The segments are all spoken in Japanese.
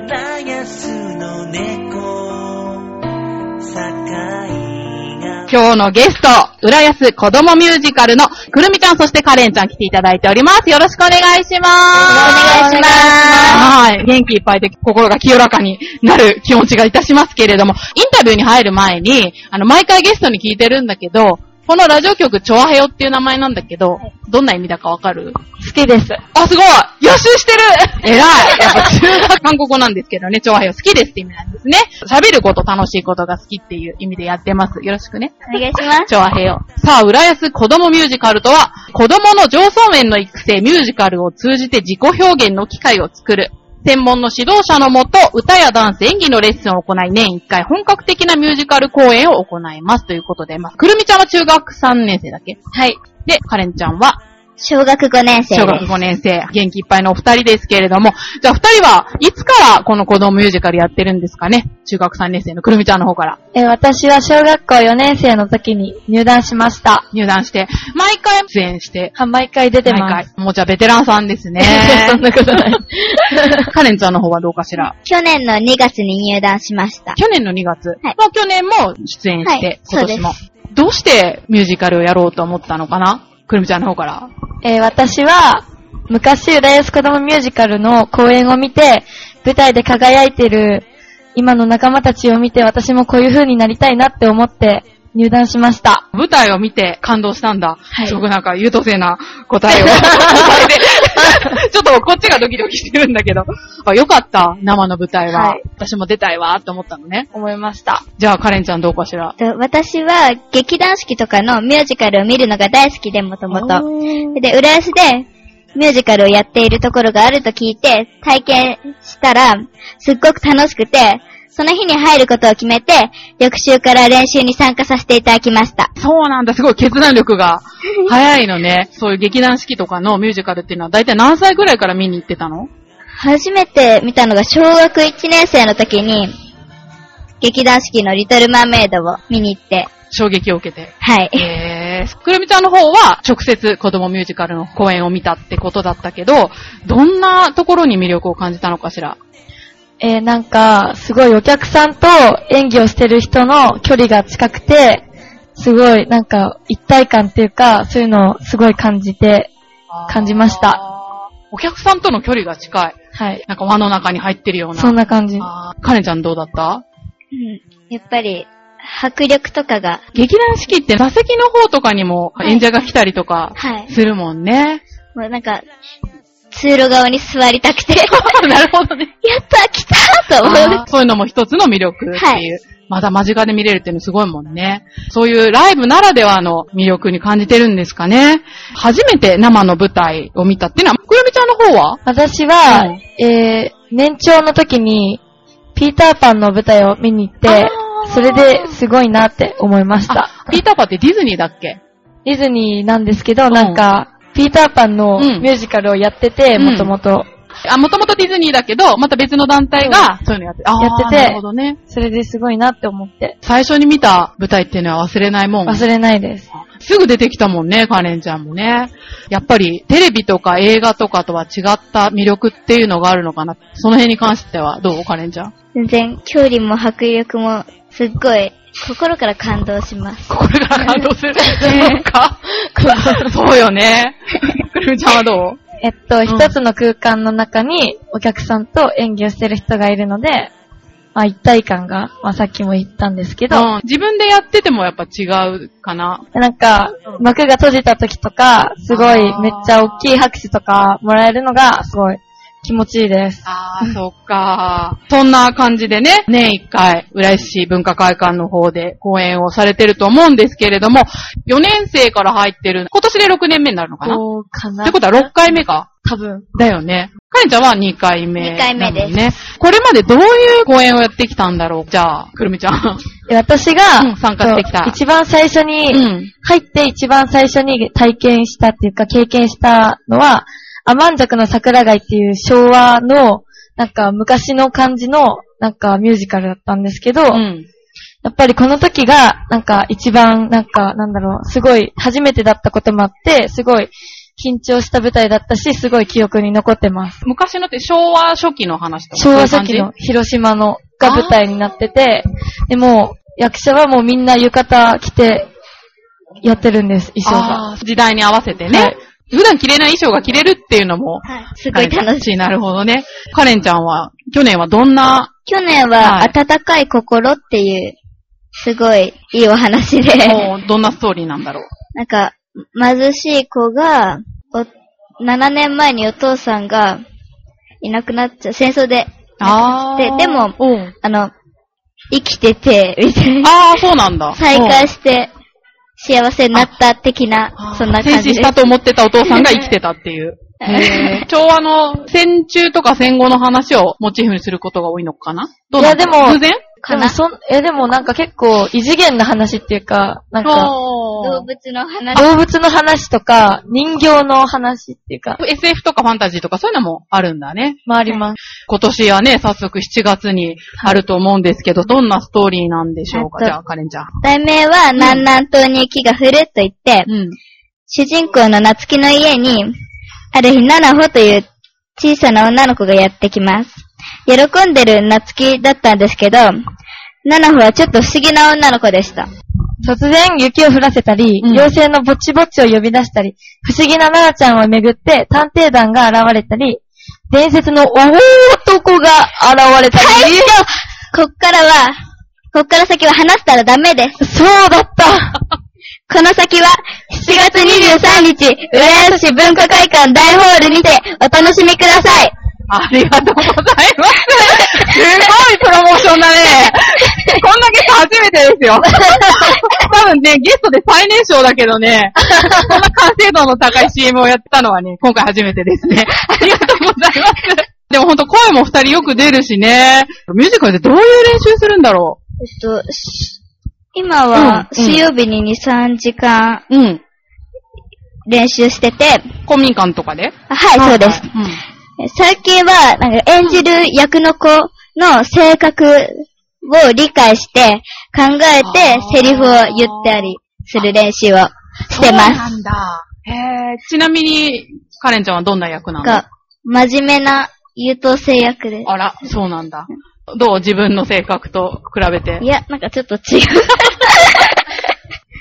ラスの猫、堺が。今日のゲスト、浦安子供ミュージカルのくるみちゃん、そしてカレンちゃん来ていただいております。よろしくお願いします。お願いしますはい。元気いっぱいで心が清らかになる気持ちがいたしますけれども、インタビューに入る前に、あの、毎回ゲストに聞いてるんだけど、このラジオ局、チョアヘヨっていう名前なんだけど、どんな意味だかわかる好きです。あ、すごい予習してる偉いやっぱ中学韓国語なんですけどね、チョアヘヨ好きですって意味なんですね。喋ること、楽しいことが好きっていう意味でやってます。よろしくね。お願いしま調和平よさあ、浦安子供ミュージカルとは、子供の上層面の育成ミュージカルを通じて自己表現の機会を作る。専門の指導者のもと、歌やダンス、演技のレッスンを行い、年1回本格的なミュージカル公演を行います。ということで、まあ、くるみちゃんは中学3年生だっけはい。で、カレンちゃんは小学5年生です。小学5年生、元気いっぱいのお二人ですけれども、じゃあ二人はいつからこの子供ミュージカルやってるんですかね中学3年生のくるみちゃんの方から。え、私は小学校4年生の時に入団しました。入団して、毎回出演して、は、毎回出てます。。毎回。もうじゃあベテランさんですねそんなこ とない。カレンちゃんの方はどうかしら。去年の2月に入団しました。去年の2月。まあ去年も出演して、はい今年も。どうしてミュージカルをやろうと思ったのかなくるみちゃんの方から。えー私は、昔、浦安子供ミュージカルの公演を見て、舞台で輝いてる、今の仲間たちを見て、私もこういう風になりたいなって思って、入団しました。舞台を見て感動したんだ。はいすごくなんか優等生な答えを。でちょっとこっちがドキドキしてるんだけど。あよかった、生の舞台は。はい私も出たいわって思ったのね。思いました。じゃあカレンちゃんどうかしら。と私は劇団式とかのミュージカルを見るのが大好きで、もともと。とで、浦安でミュージカルをやっているところがあると聞いて、体験したら、すっごく楽しくて、その日に入ることを決めて、翌週から練習に参加させていただきました。そうなんだ、すごい決断力 が早いのね。そういう劇団四季とかのミュージカルっていうのは大体何歳ぐらいから見に行ってたの初めて見たのが小学1年生の時に、劇団式のリトルマーメイドを見に行って、衝撃を受けて。はい。えー、くるみちゃんの方は直接子供ミュージカルの公演を見たってことだったけど、どんなところに魅力を感じたのかしら。えーなんか、すごいお客さんと演技をしてる人の距離が近くて、すごいなんか一体感っていうか、そういうのをすごい感じて、感じましたお客さんとの距離が近い。はい。なんか輪の中に入ってるような。そんな感じ。あーカレンちゃんどうだったうんやっぱり、迫力とかが、劇団四季って座席の方とかにも演者が来たりとかはい。するもんね。もうなんか、通路側に座りたくて、 やっなるほどね。た来たと思う。そういうのも一つの魅力っていう。はいまだ間近で見れるっていうのすごいもんね。そういうライブならではの魅力に感じてるんですかね。初めて生の舞台を見たっていうのは、くるみちゃんの方は私うはん、えー年長の時に、ピーターパンの舞台を見に行ってあー、それですごいなって思いました。あ、ピーターパンってディズニーだっけディズニーなんですけど、なんか、ピーターパンのうんミュージカルをやってて、うんもともと。あ、もともとディズニーだけど、また別の団体がそういうのやってあーやっててなるほどね。それですごいなって思って。最初に見た舞台っていうのは忘れないもん。忘れないです。すぐ出てきたもんね、カレンちゃんもね。やっぱりテレビとか映画とかとは違った魅力っていうのがあるのかな。その辺に関してはどうカレンちゃん。全然、距離も迫力も、すっごい、心から感動します。これから感動する。そうか。 そうよ ね。くるみちゃんはどうえっと、ん一つの空間の中にお客さんと演技をしてる人がいるので、まあ一体感が、まあさっきも言ったんですけど、うん自分でやっててもやっぱ違うかな。なんか、幕が閉じた時とか、すごいあーめっちゃ大きい拍手とかもらえるのが、すごい気持ちいいです。ああ、そっか。そんな感じでね、年一回、浦安市文化会館の方で講演をされてると思うんですけれども、4年生から入ってる、今年で6年目になるのかなっそうかなてことは6回目か。多分。だよね。カレンちゃんは2回目、二回目ですね。これまでどういう講演をやってきたんだろうじゃあ、くるみちゃん。で私が、うん参加してきたそう一番最初に、うん。入って一番最初に体験したっていうか経験したのは、アマンジャクの桜街っていう昭和の、なんか昔の感じの、なんかミュージカルだったんですけど、うん。やっぱりこの時が、なんか一番、なんかなんだろう、すごい初めてだったこともあって、すごい緊張した舞台だったし、すごい記憶に残ってます。昔のって昭和初期の話とか。昭和初期そういうの感広島のが舞台になってて、でもう役者はもうみんな浴衣着てやってるんです、じ衣装が。あー時代に合わせてね。はい普段着れない衣装が着れるっていうのも、はい。すごい楽しい。い。なるほどね。カレンちゃんは、去年はどんな、去年はは、い温かい心っていう、すごいいいお話で、もうどんなストーリーなんだろう。なんか、貧しい子が、お7年前にお父さんがいなくなっちゃう、戦争で、あででもうんあの、生きてて、みたいな。ああ、そうなんだ。再うん会して、幸せになった的なあ、ーそんな感じ戦死でしす。たと思ってたお父さんが生きてたっていう。へー昭和の戦中とか戦後の話をモチーフにすることが多いのかなどうなんだろういやでも偶然かでなもそん、え、でもなんか結構異次元な話っていうか、なんか、動あ物の話。動物の話とか、人形の話っていうか、ー SF とかファンタジーとかそういうのもあるんだね。回ります。今年はね、早速7月にあると思うんですけど、どんなストーリーなんでしょうかえっじとゃあ、カレンちゃん。題名は、南南東に雪が降ると言って、うん。主人公の夏希の家に、ある日、ナナホという小さな女の子がやってきます。喜んでる夏希だったんですけど、ナナホはちょっと不思議な女の子でした。突然雪を降らせたり、うん妖精のぼっちぼっちを呼び出したり、不思議な奈々ちゃんをめぐって探偵団が現れたり、伝説の大男が現れたり。こっからは、こっから先は話したらダメです。そうだったこの先は、7月23日、浦安市文化会館大ホールにて、お楽しみください。ありがとうございます。すごいプロモーションだ ね。こんなゲスト初めてですよ。多分ね、ゲストで最年少だけどね、こんな完成度の高い CM をやったのはね、今回初めてですね。ありがとうございます。でもほんと声も二人よく出るしね、ミュージカルでどういう練習するんだろえっと、し今は、うんうん水曜日に2、3時間ううん。練習してて、公民館とかであはい、そうです。うん。最近は、なんか演じる役の子の性格を理解して、考あえーて、セリフを言ったりする練習をしてます。そうなんだ。へえ。ちなみに、カレンちゃんはどんな役なのなんか、真面目な優等生役です。あら、そうなんだ。どう自分の性格と比べてい。や、なんかちょっと違う。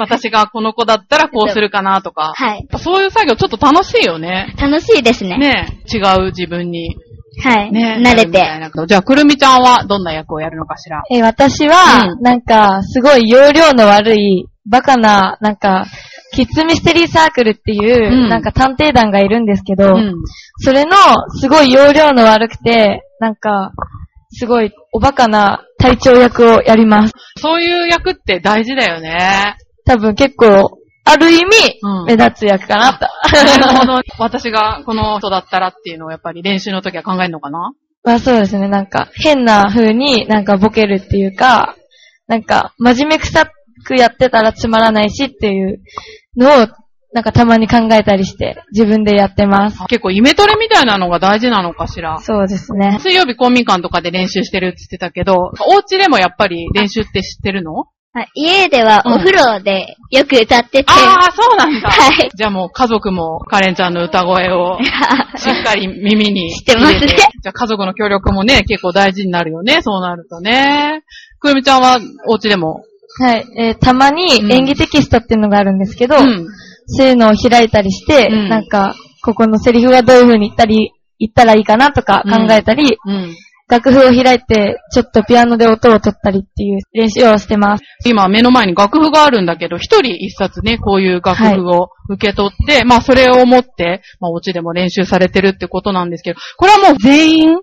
私がこの子だったらこうするかなとか。はい。やっぱそういう作業ちょっと楽しいよね。楽しいですね。ねえ違う自分に、はい。ねな慣れるみたいて。なことじゃあ、くるみちゃんはどんな役をやるのかしら。えー私は、うなんか、すごい容量の悪い、バカな、なんか、キッズミステリーサークルっていう、うんなんか探偵団がいるんですけど、うん。それの、すごい容量の悪くて、なんか、すごい、おバカな隊長役をやります。そういう役って大事だよね。 多分結構、ある意味、うん目立つ役 かなと。なるほど。私がこの人だったらっていうのをやっぱり練習の時は考えるのかなまあそうですね、なんか、変な風になんかボケるっていうか、なんか、真面目くさくやってたらつまらないしっていうのを、なんかたまに考えたりして、自分でやってます。結構イメトレみたいなのが大事なのかしら。そうですね。水曜日公民館とかで練習してるって言ってたけど、お家でもやっぱり練習って知ってるのあ家ではうんお風呂でよく歌ってて、 ああ、そうなんだ。はいじゃあもう家族もカレンちゃんの歌声をしっかり耳にしてますね入れじゃあ家族の協力もね、結構大事になるよね。そうなるとね。くるみちゃんはお家でも。はい。えーたまにうん演技テキストっていうのがあるんですけど、うん。そういうのを開いたりして、うんなんか、ここのセリフはどういう風に言ったり、言ったらいいかなとか考えたり、うん。楽譜を開いて、ちょっとピアノで音を取ったりっていう練習をしてます。今目の前に楽譜があるんだけど、一人一冊ね、こういう楽譜を受け取って、まあそれを持って、まあお家でも練習されてるってことなんですけど、これはもう全員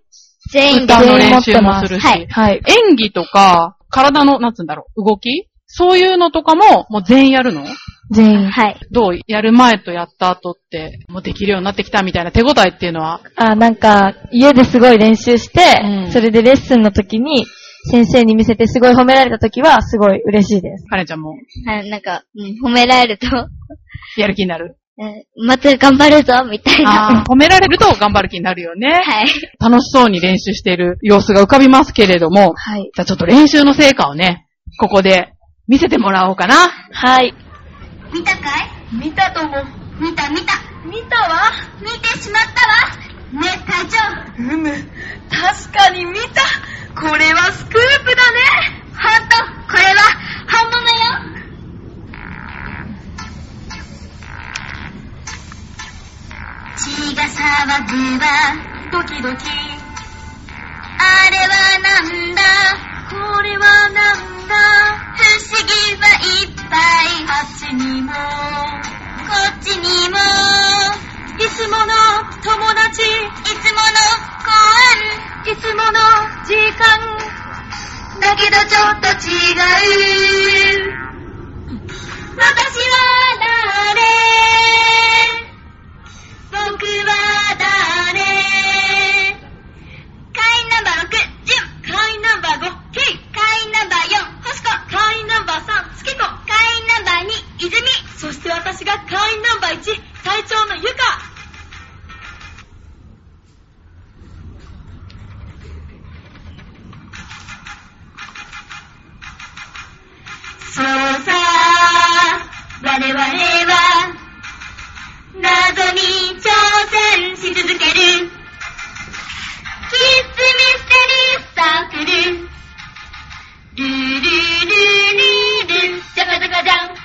全員で歌の練習もするし、全員持ってはい。演技とか、体の、なんつうんだろう、動きそういうのとかも、もう全員やるの全員。はい。どうやる前とやった後って、もうできるようになってきたみたいな手応えっていうのは、あ、なんか、家ですごい練習して、うんそれでレッスンの時に、先生に見せてすごい褒められた時は、すごい嬉しいです。カレンちゃんもはい、なんか、うん、褒められると、やる気になる。うんまた頑張るぞ、みたいな。あー褒められると頑張る気になるよね。はい。楽しそうに練習している様子が浮かびますけれども、はい。じゃあちょっと練習の成果をね、ここで見せてもらおうかな。はい。見たかい見たと思う。見た見た。見たわ見てしまったわねえ隊長うむ確かに見たこれはスクープだねほんとこれは本物よ血が騒ぐわドキドキあれはなんだこれはなんだ不思議はいっぱいあっちにもこっちにもいつもの友達いつもの公園いつもの時間だけどちょっと違う私は誰僕は誰会員ナンバー6、ジン会員ナンバー5、ケイ会員ナンバー4、星子会員ナンバー3、スケコ会員ナンバー2、泉そして私が会員ナンバー1、隊長のゆかそうさ、我々は謎に挑戦し続ける。キッズミステリーサークル。ルルルルル、ジャカジャカジャン。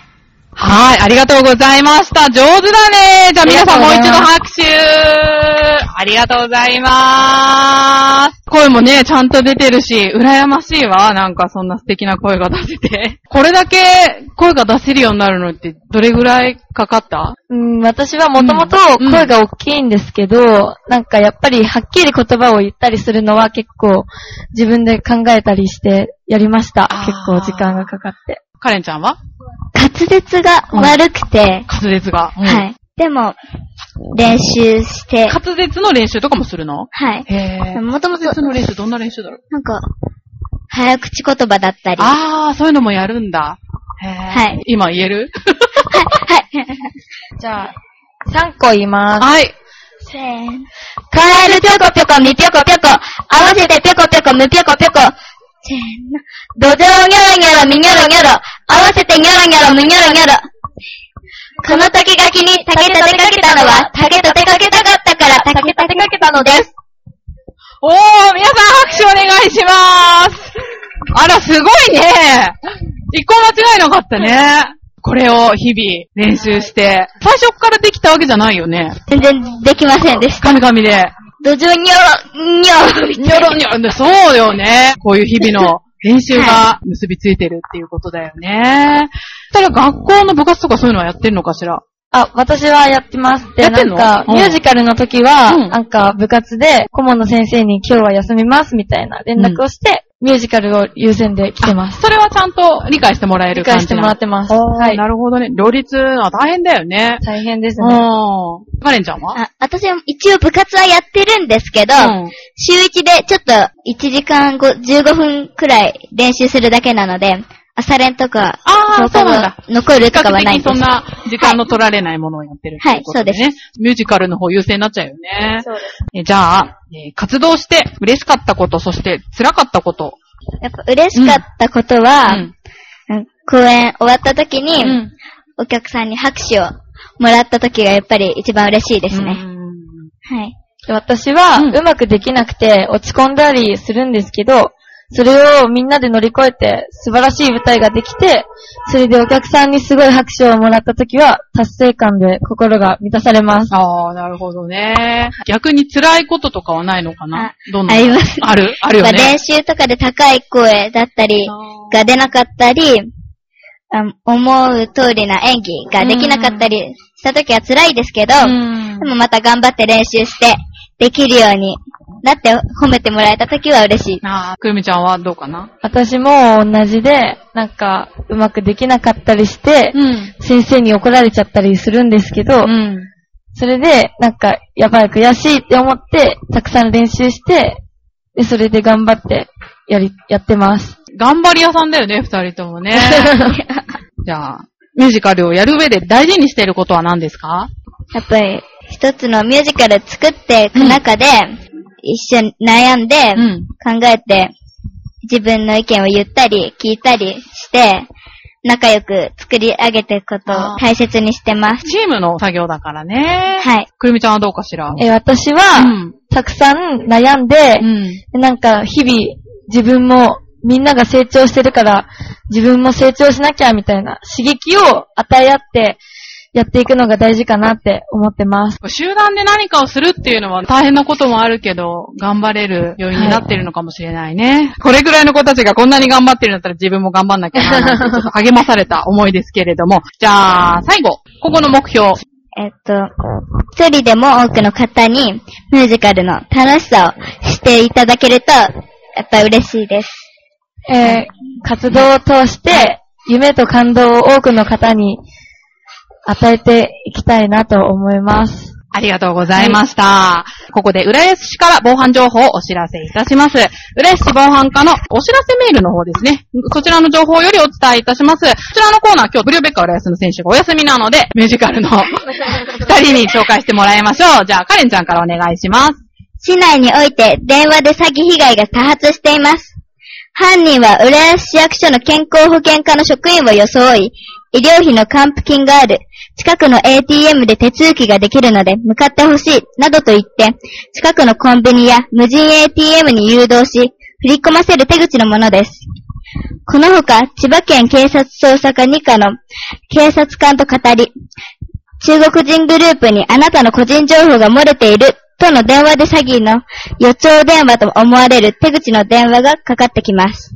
はい、ありがとうございました。上手だね。じゃあ皆さんもう一度拍手。ありがとうございます。声もね、ちゃんと出てるし、羨ましいわ。なんかそんな素敵な声が出せて。 これだけ声が出せるようになるのって、どれぐらいかかったうん、私はもともとうん声が大きいんですけど、なんかやっぱりはっきり言葉を言ったりするのは結構自分で考えたりしてやりましたあー。結構時間がかかって。カレンちゃんは滑舌が悪くて、滑舌が。うんはい。でも、練習して、滑舌の練習とかもするのはい。へえ。もとも滑と、舌の練習どんな練習だろうなんか、早口言葉だったり、はああ、そういうのもやるんだ。へえ。はい今言えるい。じゃあ、3個言います。 はい。せーの。カエルぴょこぴょこ、みぴょこぴょこ、合わせてぴょこぴょこ、むぴょこぴょこ。せーの。どじょろにょろにょろ、みにょろにょろ、合わせてにょろにょろ、むにょろにょろ。この竹垣に竹と出かけたのは、竹と出かけたかったから、竹と出かけたのです。おー、皆さん拍手お願いしますあら、すごいね一個間違いなかったね。これを日々練習して、最初からできたわけじゃないよね。全然できませんでし。カミカミで。どじょにょろ、にょろ、ニョロニョロ、そうよね。こういう日々の練習が結びついてるっていうことだよね。ただ学校の部活とかそういうのはやってるのかしらあ、私はやってます。やで、ってなんのんか、うんミュージカルの時は、うんなんか部活で、顧問の先生に今日は休みますみたいな連絡をして、ミュージカルを優先で来てます。それはちゃんと理解してもらえ理る感解しじてなものらってます。おーはい。なるほどね。両立は大変だよね。大変ですうね。ん。カレンちゃんはあ、私は一応部活はやってるんですけど、うん週1でちょっと1時間ご15分くらい練習するだけなので、朝練とか、あー放課後そうなんだ残る比とか較は的ないにんでそす。んな時間の取られないものをやってるっていうことでね。はいミュージカルの方優先になっちゃうよね。そうです。えじゃあ、えー活動して嬉しかったこと、そして辛かったこと。やっぱ嬉しかったことは、うんうん公演終わった時に、うんお客さんに拍手をもらった時がやっぱり一番嬉しいですね。はい。私は、うんうまくできなくて落ち込んだりするんですけど、それをみんなで乗り越えて、素晴らしい舞台ができて、それでお客さんにすごい拍手をもらった時は、達成感で心が満たされます。ああ、なるほどね。逆に辛いこととかはないのかなあどんなありますあるあるよまあね練。習とかで高い声だったりあーが出なかったり、あ思う通りな演技ができなかったりした時は辛いですけど、うんでもまた頑張って練習して、できるようになって褒めてもらえた時は嬉しい。ああ、くるみちゃんはどうかな私も同じで、なんか、うまくできなかったりして、ん。先生に怒られちゃったりするんですけうど、ん。それで、なんか、やばい、悔しいって思って、たくさん練習して、で、それで頑張って、やり、やってます。頑張り屋さんだよね、二人ともね。じゃあ、ミュージカルをやる上で大事にしていることは何ですかやっぱり、一つのミュージカル作っていく中で、一緒に悩んで、うん。考えて、自分の意見を言ったり、聞いたりして、仲良く作り上げていくことを大切にしてます。チームの作業だからね。はい。くるみちゃんはどうかしらえ、私うは、ん。たくさん悩んでう、ん。なんか日々自分もみんなが成長してるから自分も成長しなきゃみたいな刺激を与え合ってやっていくのが大事かなって思ってます。集団で何かをするっていうのは大変なこともあるけど、頑張れる要因になってるのかもしれないね。これぐらいの子たちがこんなに頑張ってるんだったら自分も頑張んなきゃな、なんてちょっと励まされた思いですけれども。じゃあ、最後、ここの目標。えっと、一人でも多くの方にミュージカルの楽しさをしていただけると、やっぱ嬉しいです。えー活動を通して夢と感動を多くの方に与えていきたいなと思います。ありがとうございました。ここで浦安市から防犯情報をお知らせいたします。浦安市防犯課のお知らせメールの方ですね。そちらの情報よりお伝えいたします。こちらのコーナー今日ブリューベッカー浦安の選手がお休みなので、ミュージカル の二人に紹介してもらいましょう。じゃあ、カレンちゃんからお願いします。市内において電話で詐欺被害が多発しています。犯人は浦安市役所の健康保険課の職員を装い、医療費の還付金がある、近くの ATM で手続きができるので向かってほしい、などと言って、近くのコンビニや無人 ATM に誘導し、振り込ませる手口のものです。このほか、千葉県警察捜査課2課の警察官と語り、中国人グループにあなたの個人情報が漏れているとの電話で詐欺の予兆電話と思われる手口の電話がかかってきます。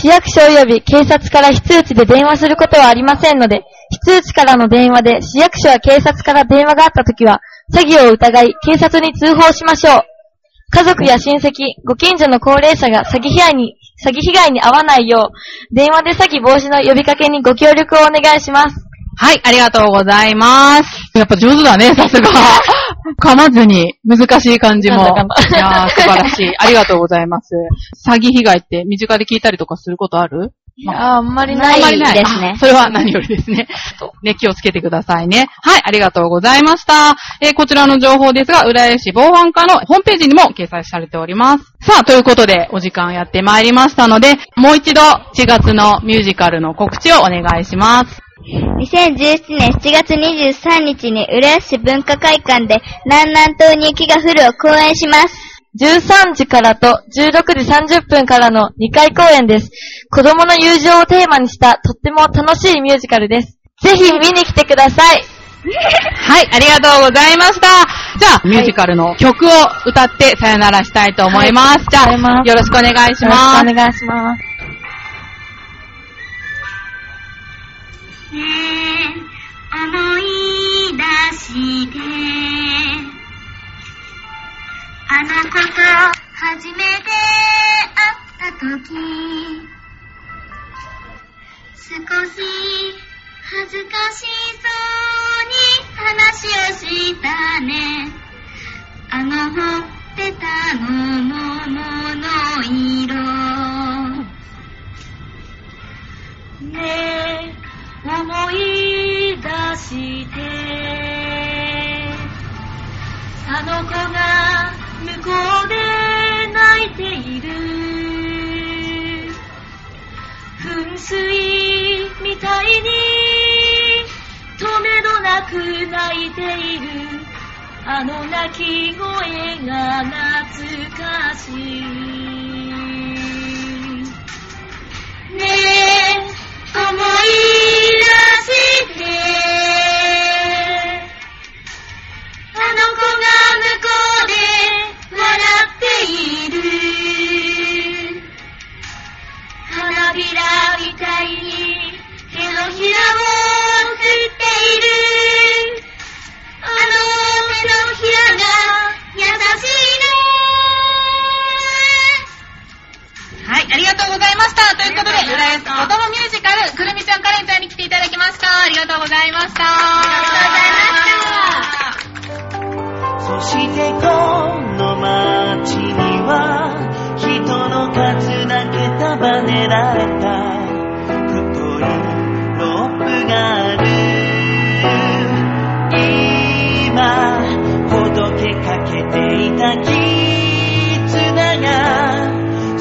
市役所及び警察から非通知で電話することはありませんので、非通知からの電話で市役所や警察から電話があったときは、詐欺を疑い警察に通報しましょう。家族や親戚、ご近所の高齢者が詐欺被害に、詐欺被害に遭わないよう、電話で詐欺防止の呼びかけにご協力をお願いします。はい、ありがとうございます。やっぱ上手だね、さすが。噛まずに、難しい感じも。なんだかんいだやー、素晴らしい。ありがとうございます。詐欺被害って身近で聞いたりとかすることあるあ、あんまりないあんまりないですねあそれは何よりですね。とね、気をつけてくださいね。はい、ありがとうございました。えーこちらの情報ですが、浦安市防犯課のホームページにも掲載されております。さあ、ということで、お時間やってまいりましたので、もう一度、4月のミュージカルの告知をお願いします。 2017年7月23日に浦安市文化会館で南南東に雪が降るを公演します。 13時からと16時30分からの2回公演です。子供の友情をテーマにしたとっても楽しいミュージカルです。ぜひ見に来てください。はい、ありがとうございました。じゃあ、ミュージカルの曲を歌ってさよならしたいと思います。じゃありがとうございあ、ますよろしくお願いしよろましくすお。願いします。ねえ思い出してあの子と初めて会った時少し恥ずかしそうに話をしたねあのほっぺたの桃の色ねえ思い出してあの子が向こうで泣いている噴水みたいに止めどなく泣いているあの泣き声が懐かしいねえ、思い出して。あの子が向こうで笑っている。花びらみたいに手のひらを振っている。あの手のひらが優しいね。はい、ありがとうございました。ということで、浦安子供ミュージカル、くるみちゃんカレンちゃんに来ていただきました。ありがとうございました。ありがとうございました。そしてこの街には人の数だけ束ねられた太いロープがある今ほどけかけていた絆が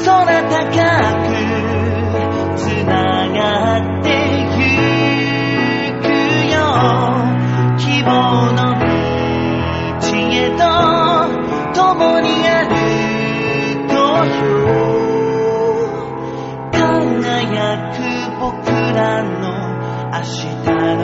空高くつながってゆくやる土俵輝く僕らの明日の